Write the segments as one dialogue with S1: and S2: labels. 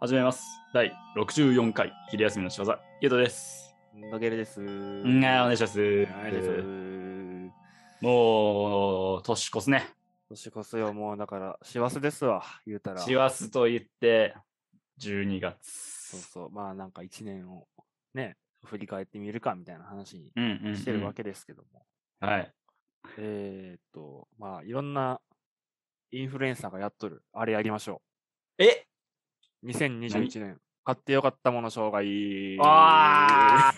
S1: 始めます。第64回昼休みの仕業、ゆうとです。
S2: のげるです。
S1: うん、お願いします。
S2: お願いします。
S1: もう、年越すね。
S2: 年越すよ、もうだから、幸せですわ、言うたら。
S1: 師走と言って、12
S2: そう
S1: 月。
S2: そう。まあなんか一年をね、振り返ってみるかみたいな話に
S1: うんうん、うん。
S2: してるわけですけども。
S1: はい。
S2: えーっと、まあいろんなインフルエンサーがやっとる、あれやりましょ
S1: え
S2: う。2021年、買ってよかったもの障害。
S1: あ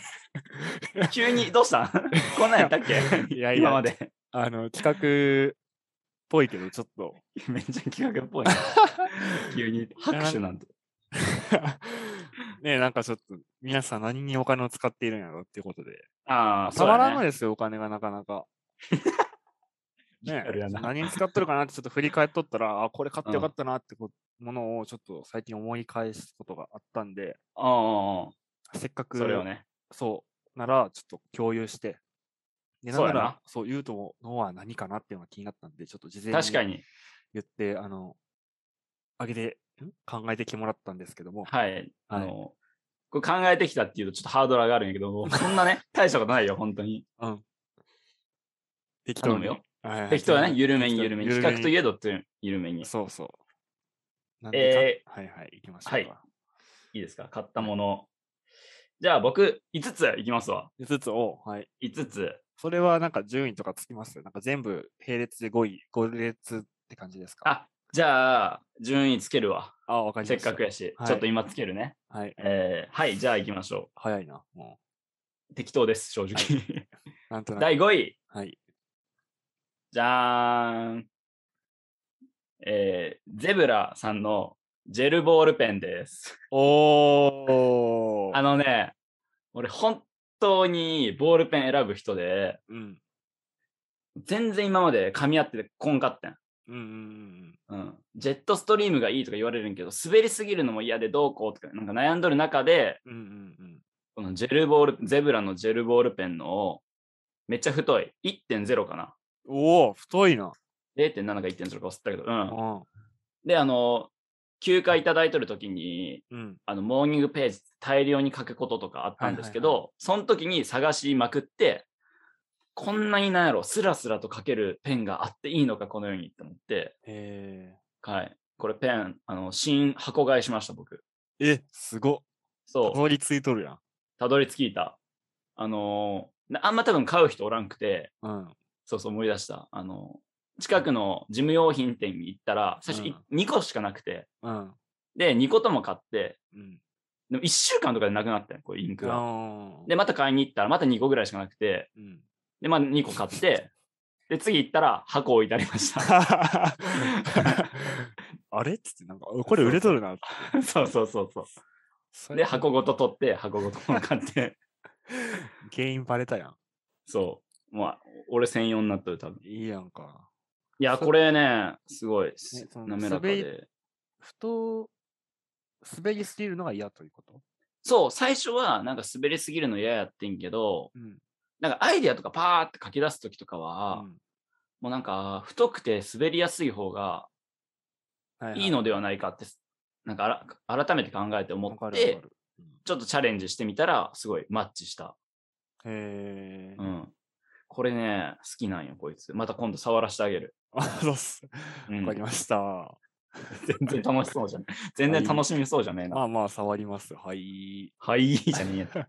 S1: ー 急に、どうしたこんなんやったっけ
S2: いやい
S1: 今
S2: や
S1: まで。
S2: あの、企画っぽいけど、ちょっと。
S1: めっちゃ企画っ ぽいな。急に拍手なんて。
S2: ねなんかちょっと、皆さん何にお金を使っているんやろっていうことで。
S1: ああ、そう
S2: たまら
S1: だ
S2: んの
S1: ね。
S2: ですよ、お金がなかなか。ね
S1: あるやな
S2: 何に使っとるかなってちょっと振り返っとったら、あ、これ買ってよかったなってこものをちょっと最近思い返すことがあったんで、
S1: うんうんうん。
S2: せっかく
S1: それをね。
S2: そうならちょっと共有して、で
S1: そうや
S2: ん
S1: な
S2: ならそう言うとのは何かなっていうのが気になったんで、ちょっと事前
S1: 確か
S2: に
S1: に。
S2: 言って、あの、あげて、ん考えてきてもらったんですけども、
S1: はい。あ
S2: はい
S1: の、これ考えてきたっていうとちょっとハードル上がるんやけど も、そんなね、大したことないよ、本当に。
S2: 適当
S1: 頼
S2: に
S1: むよ。。
S2: はいはい
S1: 適当だね。緩めに
S2: 適
S1: 緩
S2: 当
S1: め
S2: に
S1: に。比較といえどっていう緩めに。
S2: そうそう。なんでか
S1: え
S2: はいはい、行きましょうか。
S1: はいいいですか買ったもの。じゃあ僕、5ついきますわ。
S2: 5つを、はい。
S1: 5つ。
S2: それはなんか順位とかつきますなんか全部並列で5位、5列って感じですか
S1: あ、じゃあ、順位つけるわ。
S2: あ、わかり
S1: せ
S2: ま
S1: っ
S2: した。
S1: かくやし、
S2: はい
S1: ちょっと今つけるね。
S2: はい。
S1: えーはい、じゃあ行きましょ
S2: 早いな、も
S1: う。適当です、正直。
S2: う。なんとなく。
S1: 第5位。
S2: はい。
S1: じゃーん。えーゼブラさんのジェルボールペンです。
S2: おー。
S1: あのね、俺本当にボールペン選ぶ人で、
S2: うん。
S1: 全然今まで噛み合ってこんかってん。
S2: うんうんうん
S1: うん、ジェットストリームがいいとか言われるんけど滑りすぎるのも嫌でどうこうとかなんか悩んどる中で
S2: うん。うんうんうん。
S1: このジェルボールゼブラのジェルボールペンのをめっちゃ太い1.0かな
S2: おー、太いな。
S1: 0.7か1.0か忘ったけど、う、
S2: うんん。
S1: であの休暇いただいとる時に
S2: うん。
S1: あのモーニングページ大量に書くこととかあったんですけど、
S2: はいは
S1: その時に探しまくってこんなになんやろスラスラと書けるペンがあっていいのかこの世にって思って、
S2: え
S1: はい、これペンあの新箱買いしました僕
S2: ー、え、すごっ。
S1: そう
S2: 通りついとるやん。
S1: たどり着いたあのーなあんま多分買う人おらんくて
S2: うん。
S1: そうそう思い出したあの近くの事務用品店に行ったら最初い、2個しかなくて
S2: うん。
S1: で2個とも買って
S2: うん。
S1: でも1週間とかでなくなったよこれインクが。
S2: あー
S1: で、また買いに行ったら、また2個ぐらいしかなくて、
S2: うん。
S1: で、まあ2個買って、で、次行ったら箱置いてありま した。
S2: あれっつって、なんか、おこれ売れとるなって。
S1: そうそうそうそ。
S2: そうれ
S1: で、箱ごと取って、箱ごと買って、
S2: 原因バレたやん。
S1: そう。まあ、俺専用になったる、多分。
S2: いいやんか。
S1: いや、
S2: そ
S1: これね、すごい、す
S2: ねその
S1: 滑らか
S2: 滑
S1: で。
S2: ふと、滑りすぎるのが嫌ということ
S1: そう、最初はなんか滑りすぎるの嫌やってんけど、
S2: うん。
S1: なんかアイディアとかパーって書き出すときとかは、
S2: うん
S1: もうなんか太くて滑りやすい方が
S2: はい
S1: いのではないかって、なんかあら改めて考えて思
S2: わか
S1: っ
S2: るわ
S1: て
S2: か、る。
S1: ちょっとチャレンジしてみたら、すごいマッチした。
S2: へえ
S1: う。ん。これね、好きなんよ、こいつ。また今度触らせてあげる。
S2: あ、そうっす。
S1: う
S2: わ
S1: ん
S2: かりました。
S1: 全然楽しそうじゃん。全然楽しみそうじゃねえ
S2: ま
S1: な。
S2: あまあ、触ります。はい。
S1: はい、いいじゃねえよ。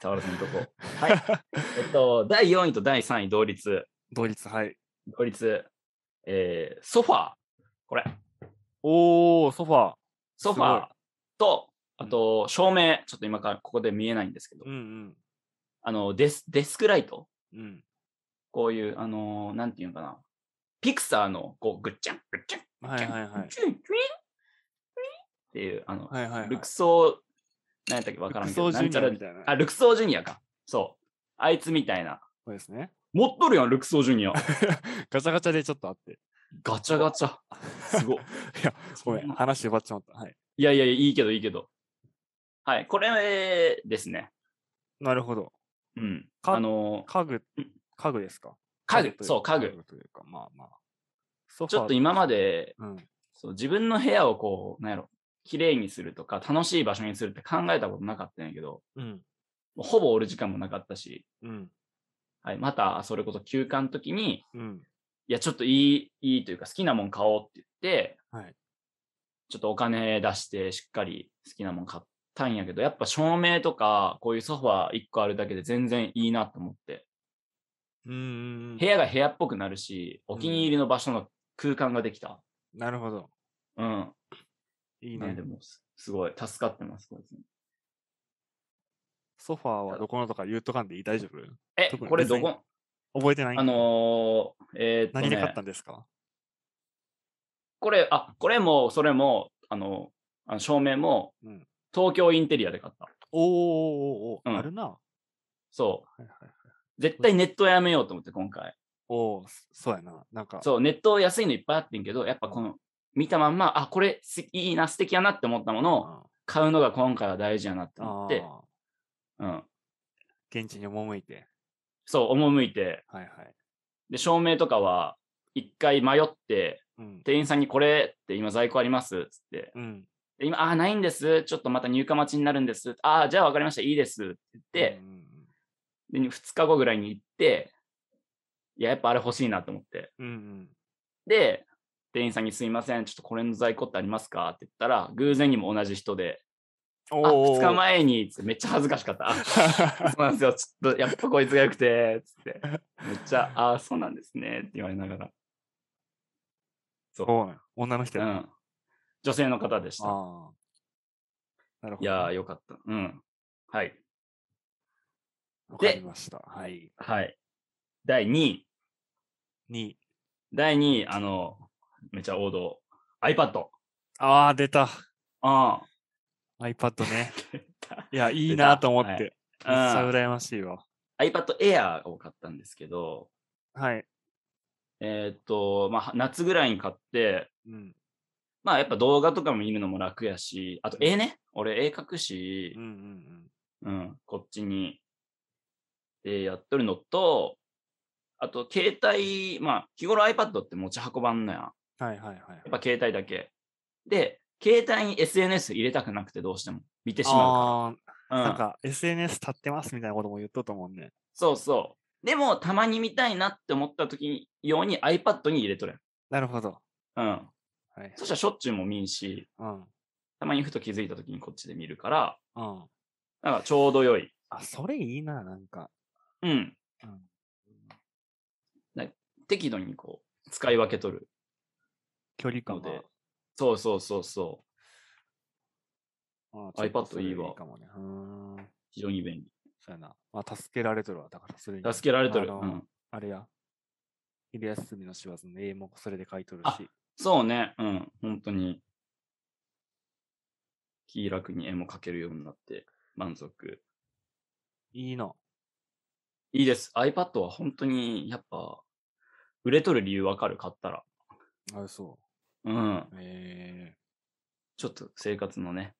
S1: 触らせんとこ。 はい。 えっと、第4位と第3位同率。
S2: 同率、はい。
S1: 同率。えー、ソファー。これ。
S2: おー、ソファー。
S1: ソファーと、あと、照明。ちょっと今からここで見えないんですけど
S2: う。ん
S1: あの、デス、デスクライト。
S2: うん。うん。
S1: こういう、あのーなんていうのかな。ピクサーの、こう、ぐっちゃん、ぐっちゃん、
S2: はいはいはい。
S1: チュンチュインチュインっていう、あの、
S2: はいはいはい。
S1: ルクソー、何やったっけわからんけど、
S2: ルクソージュニ
S1: な
S2: アみ
S1: んちゃ
S2: たいな。
S1: らあ、ルクソージュニアか。そう。あいつみたいな。
S2: そうですね。
S1: 持っとるやん、ルクソージュニア。
S2: ガチャガチャでちょっとあって。
S1: ガチャガチャ。す ごい。
S2: いや、ごめん。話奪っちまった。はい。
S1: いやいやいや、いいけど、いいけど。はい、これですね。
S2: なるほど。
S1: うん。
S2: か
S1: あのー、
S2: 家具
S1: うん、
S2: 家具ですか
S1: 家具
S2: とい、か
S1: そう、家具。
S2: というか、まあまあ。ソファー
S1: ちょっと今まで、
S2: うん。
S1: そう自分の部屋をこう、なんやろ、綺麗にするとか、楽しい場所にするって考えたことなかったんやけど、
S2: うん。
S1: もうほぼおる時間もなかったし、
S2: うん。
S1: はい、また、それこそ休館の時に、
S2: うん。
S1: いや、ちょっといい、いいというか、好きなもん買おうって言って、
S2: はい
S1: ちょっとお金出して、しっかり好きなもん買ったんやけど、やっぱ照明とか、こういうソファー1個あるだけで全然いいなと思って、
S2: うんうんうん
S1: 部。屋が部屋っぽくなるし、お気に入りの場所の空間ができた。
S2: なるほど。
S1: うん。
S2: いい
S1: ね、
S2: ね
S1: で。もす、すごい、助かってます、こいつ
S2: ソファーはどこのとか言うとかんでいい大丈夫
S1: え、
S2: 特に
S1: これ
S2: デザイ
S1: ど
S2: ン
S1: こ、
S2: 覚えてない
S1: あのー、えーっと、
S2: 何で買っ
S1: ね
S2: た、んですか
S1: これ、あ、これも、それも、あの、あの照明も
S2: うん、
S1: 東京インテリアで買った。
S2: おーおーおーおー
S1: うん
S2: あるな。は
S1: そ
S2: いはいはい。
S1: う。絶対ネットやめようと思って、今回。
S2: おお、そうやな。なんか、
S1: そう、ネット安いのいっぱいあってんけど、やっぱこの、見たまんま、あ、これすいいな、素敵やなって思ったものを
S2: あ
S1: 買うのが今回は大事やなって思
S2: あ
S1: って、
S2: ー、
S1: うん。
S2: 現地に赴いて。
S1: そう、赴いて、
S2: はいはい。
S1: で、照明とかは、一回迷って、
S2: うん。
S1: 店員さんにこれって今在庫ありますっつって、
S2: うん。
S1: で今、あーないんです。ちょっとまた入荷待ちになるんです。ああ、じゃあ分かりました。いいです。って言って
S2: うん、
S1: で2日後ぐらいに行って、いや、やっぱあれ欲しいなと思って。
S2: うんうん。うん
S1: で、店員さんにすいません。ちょっとこれの在庫ってありますかって言ったら、偶然にも同じ人で、
S2: うん。
S1: あ、
S2: お
S1: 2日前に、つってめっちゃ恥ずかしかった。あ そうなんですよ。ちょっと、やっぱこいつが良くて、つ って。めっちゃ、ああ、そうなんですね。って言われながら。
S2: おい女の人
S1: う
S2: やな。
S1: ん。女性の方でした。
S2: ああ。なるほ
S1: い
S2: ど。
S1: やー、よかった。うん。はい。
S2: わかりました。はい。
S1: はい。第2位。
S2: に。
S1: 第2位、あの、めっちゃ王道。iPad。
S2: ああ、出た。
S1: あ
S2: iPad ね。
S1: た
S2: いや、い
S1: 出
S2: い
S1: た
S2: なと思って。めっちゃ
S1: あ。
S2: 羨ましいわ。
S1: iPad Air を買ったんですけど、
S2: はい。
S1: えーっと、まあ、夏ぐらいに買って、
S2: うん。
S1: まあ、やっぱ動画とかも見るのも楽やし、あと絵ね。俺絵描くし
S2: うんう、ん
S1: うん、こっちに、で、やっとるのと、あと、携帯、まあ、日頃 iPad って持ち運ばんのや。
S2: うん。はいはいはい。
S1: やっぱ携帯だけ。で、携帯に SNS 入れたくなくてどうしても見てしまう
S2: あ
S1: か
S2: あー、
S1: ら。
S2: な
S1: うん
S2: んか SNS 立ってますみたいなことも言っとったもんね。
S1: そうそう。でも、たまに見たいなって思った時に用に iPad に入れとる
S2: なるほど。
S1: やん。うん。
S2: はい。
S1: そしたらしょっちゅうも見んし、
S2: うん。
S1: たまにふと気づいた時にこっちで見るから、
S2: うん。
S1: なんかちょうど良い。
S2: あ、それいいな、なんか。
S1: うん。
S2: うん
S1: 適度にこう、使い分けとる
S2: 距離
S1: の
S2: 感
S1: で
S2: で。。
S1: そうそうそうそう。
S2: あーちょっと
S1: iPad
S2: それ
S1: いいわ
S2: かもね。うーん。
S1: 非常に便利。
S2: そうやな。まあ、助けられとるわ。だから、それに
S1: 助けられとる。
S2: あの
S1: うん、
S2: あれや。昼休みの師走の英もそれで書いとる
S1: あ
S2: し。
S1: そうね。うん。本当に。気楽に絵も描けるようになって満足。
S2: いいな。
S1: いいです。iPad は本当にやっぱ売れとる理由わかる買ったら。
S2: あ、そ
S1: うん。
S2: う。え
S1: ちょっと生活のね、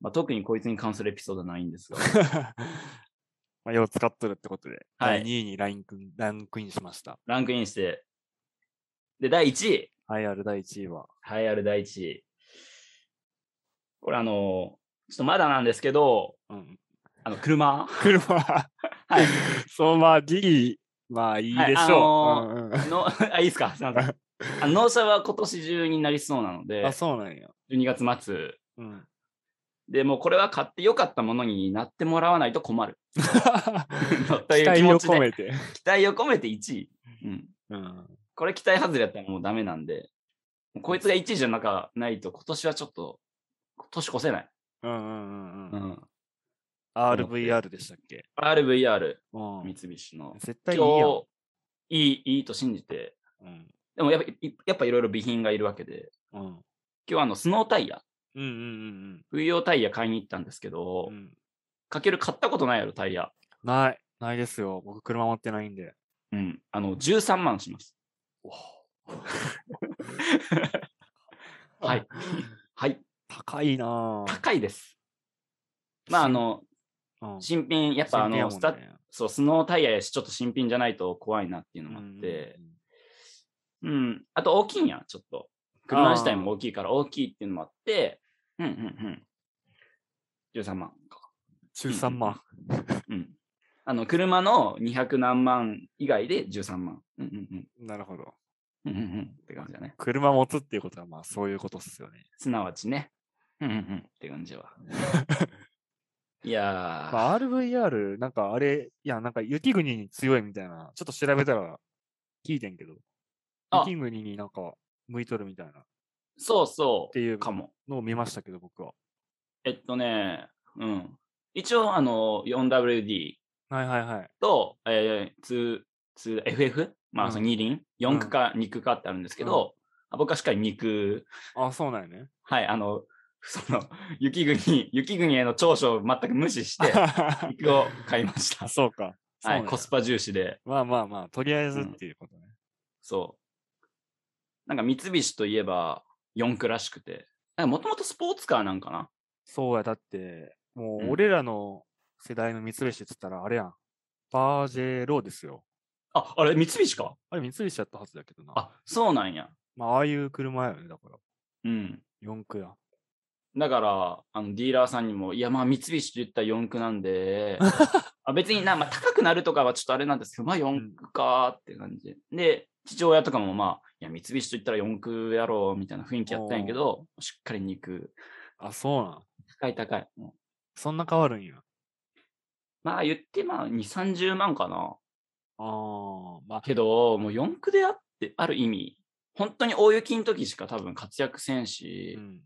S1: まあ、特にこいつに関するエピソードはないんですが、
S2: え まあ、よう使っとるってことで、
S1: はい
S2: 第2位にラインクンランクインしました。
S1: ランクインして、で、第1位、
S2: はい、ある第1位は。
S1: 栄えある第1位。これあの、ちょっとまだなんですけど、
S2: うん。
S1: あの、車
S2: 車は、
S1: はい。
S2: そう、まあ、ギリ、まあ、いいでしょう。うん
S1: の、あ、いいですかすいません。あの納車は今年中になりそうなの
S2: う
S1: で
S2: ん、あ、、そうなんや。
S1: 12月末。
S2: うん。
S1: で、もうこれは買って良かったものになってもらわないと困る。とい
S2: 期
S1: う気
S2: 待
S1: 持
S2: を
S1: ち
S2: 込
S1: で
S2: めて。
S1: 期待を込めて1位。うん。
S2: うん。
S1: これ期待外れやったらもうダメなんで、もうこいつが1位じゃなかないと今年はちょっと、年越せない。
S2: うんうんうん
S1: う
S2: うん。
S1: ん。
S2: RVR でしたっけ
S1: RVR、
S2: う
S1: 三
S2: ん。
S1: 菱の。
S2: 絶対いいやん
S1: 今。日、いい、いいと信じて、
S2: うん。
S1: でもやっぱいやっぱいろいろ備品がいるわけで、
S2: うん。
S1: 今日あの、スノータイヤ、
S2: うんうん
S1: 冬用タイヤ買いに行ったんですけ
S2: うん
S1: ど
S2: う、ん。
S1: かける買ったことないやろ、タイヤ。
S2: ない、ないですよ。僕、車持ってないんで。
S1: うん。あの、13万します。 はい。 はい。
S2: 高いなぁ。
S1: 高いです。まあ、あの、
S2: うん、
S1: 新品、やっぱあの、スタ
S2: ね、
S1: そう、スノータイヤやし、ちょっと新品じゃないと怖いなっていうのもあって、うん、あと大きいんや、ちょっと。車自体も大きいから大きいっていうのもあって、うんうんうん。13万か。
S2: 13万。
S1: うん。あの、車の200何万以外で13万。うんうんうん。
S2: なるほど。
S1: うんうんうん。って感じだね。
S2: 車持つっていうことは、まあそういうことっすよね。
S1: すなわちね。うんうんうん。って感じ は。いやー、
S2: まあ、RVR、なんかあれ、いや、なんか雪国に強いみたいな、ちょっと調べたら聞いてんけど、
S1: あ
S2: 雪国になんか向いとるみたいなっ
S1: そうそ
S2: ていう
S1: う。かも。
S2: のを見ましたけど、僕は。
S1: えっとね、うん。一応、あの、4WD
S2: はいはいはい。
S1: と、えー、2、2FF? ま
S2: う
S1: あ、
S2: ん
S1: その二輪、四駆か二駆かってあるんですけど、あ僕はしっかり二駆、
S2: あ、そうなんやね。。
S1: はい、あの、その、雪国、雪国への長所を全く無視して、二駆を買いました
S2: そうか。そう
S1: は
S2: なん
S1: い、
S2: や
S1: コスパ重視で、
S2: まあまあまあ、とりあえずっていうことね。
S1: そう。なんか三菱といえば四駆らしくて、もともとスポーツカーなんかな
S2: そうや、だって、も
S1: う
S2: うん俺らの世代の三菱って言ったら、あれやん。バージェローですよ。
S1: あ、あれ三菱か
S2: あれ三菱やったはずだけどな。
S1: あ、そうなんや。
S2: まあ、ああいう車やよね、だから。
S1: うん。
S2: 四駆や。
S1: だから、あのディーラーさんにも、いや、まあ、三菱と言ったら四駆なん で、あ別にな、まあ、高くなるとかはちょっとあれなんですけど、まあ、四駆かーって感じで。で、父親とかも、まあ、いや、三菱と言ったら四駆やろうみたいな雰囲気やったんやけど、しっかり肉、
S2: あ、そうなん。
S1: 高い高い。もう
S2: そんな変わるんや。
S1: まあ、言って、まあ、2、30万かな。
S2: ああ、まあ、
S1: けど、もう四駆であって、ある意味、本当に大雪の時しか多分活躍せんし、
S2: うんうんうん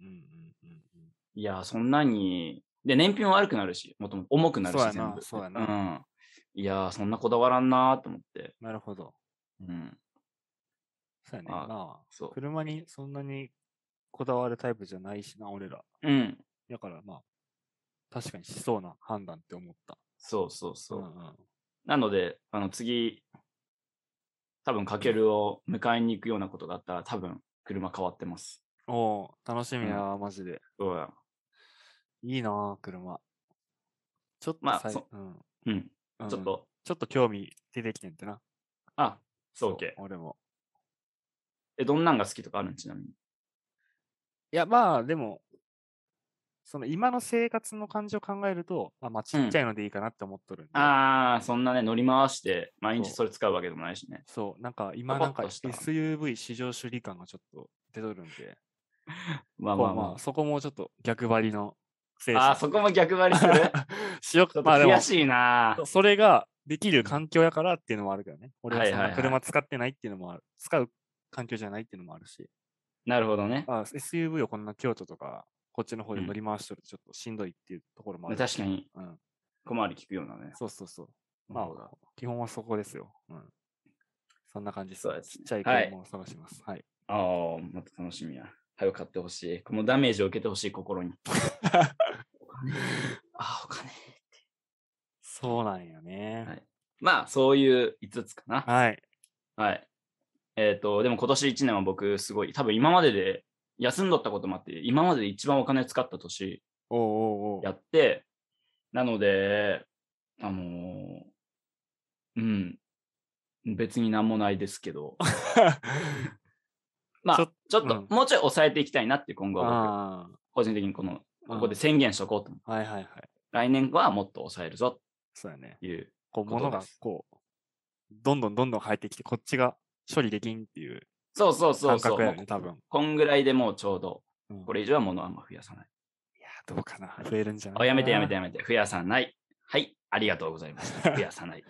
S2: うんうん。
S1: いや、そんなに。で、燃費も悪くなるし、もともと重くなる
S2: そう
S1: し、
S2: やな
S1: 全部。
S2: そうやな
S1: うん。いや、そんなこだわらんなーと思って。
S2: なるほど。
S1: うん。
S2: そうやね。
S1: まあ
S2: ま
S1: そ
S2: あ、車にそんなにこだわるタイプじゃないしな、俺ら。
S1: う。うん。
S2: だからまあ、確かにしそうな判断って思った。
S1: そうそうそう。
S2: んうん。
S1: なので、あの、次、多分、かけるを迎えに行くようなことがあったら、多分、車変わってます。
S2: おお、楽しみや、マジで。
S1: そうや。
S2: いいなあ、車。ちょっと
S1: まあ
S2: さい
S1: そ
S2: うん
S1: うん。
S2: うん
S1: ちょっと、
S2: ちょっと興味出てきてんってな。
S1: あ、そうけ。
S2: 俺も。
S1: え、どんなんが好きとかあるんちなみに。
S2: いや、まあ、でも、その今の生活の感じを考えると、まあ、まあちっちゃいのでいいかなって思っとるんで。
S1: あー、そんなね、乗り回して、毎日
S2: そう
S1: それ使うわけでもないしね。
S2: そう、なんか今
S1: パパ
S2: な
S1: ッ
S2: んか
S1: とした
S2: SUV 市場主義感がちょっと出とるんで、
S1: まあ
S2: こ
S1: まあ
S2: うま
S1: ま
S2: あ、そこもちょっと逆張りの精
S1: あ。あー、そこも逆張りする
S2: しよ
S1: ちょっと
S2: う まあでも
S1: 悔、しいなー。
S2: それができる環境やからっていうのもあるけど ね。俺はそん
S1: はいはい
S2: な
S1: はい
S2: 車使ってないっていうのもある。使う環境じゃないっていうのもあるし、
S1: なるほどね。
S2: あ SUV をこんな京都とか、こっちの方で
S1: うん
S2: 乗り回しとるとちょっとしんどいっていうところもある。
S1: 確かに、
S2: うん
S1: 小回り聞くようなね。
S2: そうそうそう。
S1: な
S2: ま
S1: るほど
S2: あ、基本はそこですよ。うん。そんな感じです。
S1: そうです
S2: ち
S1: ね
S2: っちゃい
S1: はい
S2: 車を探します。はい。
S1: ああ、また楽しみや。早く買ってほしい。このダメージを受けてほしい心 に。お金ああ、お金。
S2: そうなんよね。
S1: はいまあ、そういう5つかな。
S2: はい。
S1: はい。えっ、と、でも今年1年は僕、すごい、多分今までで、休んどったこともあって、今までで一番お金使った年
S2: おうおうおう
S1: やって、なので、あのーうん、別になんもないですけ ど、まあ、
S2: ち
S1: ち
S2: ょ
S1: ょ
S2: っ
S1: っと、
S2: うん
S1: もうちょい抑えていきたいなって、今後は僕
S2: あ
S1: 個人的にこの、
S2: あ、
S1: ここで宣言しとこうと思う。
S2: うん。はいはいはい。
S1: 来年はもっと抑えるぞ
S2: そうやね。
S1: っていう。
S2: こう、
S1: こと
S2: 物が
S1: です
S2: こう、どんどんどんどん入ってきて、こっちが処理できんっていう
S1: そうそうそ
S2: 感
S1: うそう。
S2: 覚やよ
S1: も
S2: ね、
S1: う
S2: 多分。
S1: こんぐらいでもうちょうど、
S2: うん
S1: これ以上は物はあんま増やさない。
S2: いや、どうかな。増えるんじゃない
S1: あやめてやめて
S2: か
S1: やめて、増やさない。はい、ありがとうございました。増やさない。
S2: な。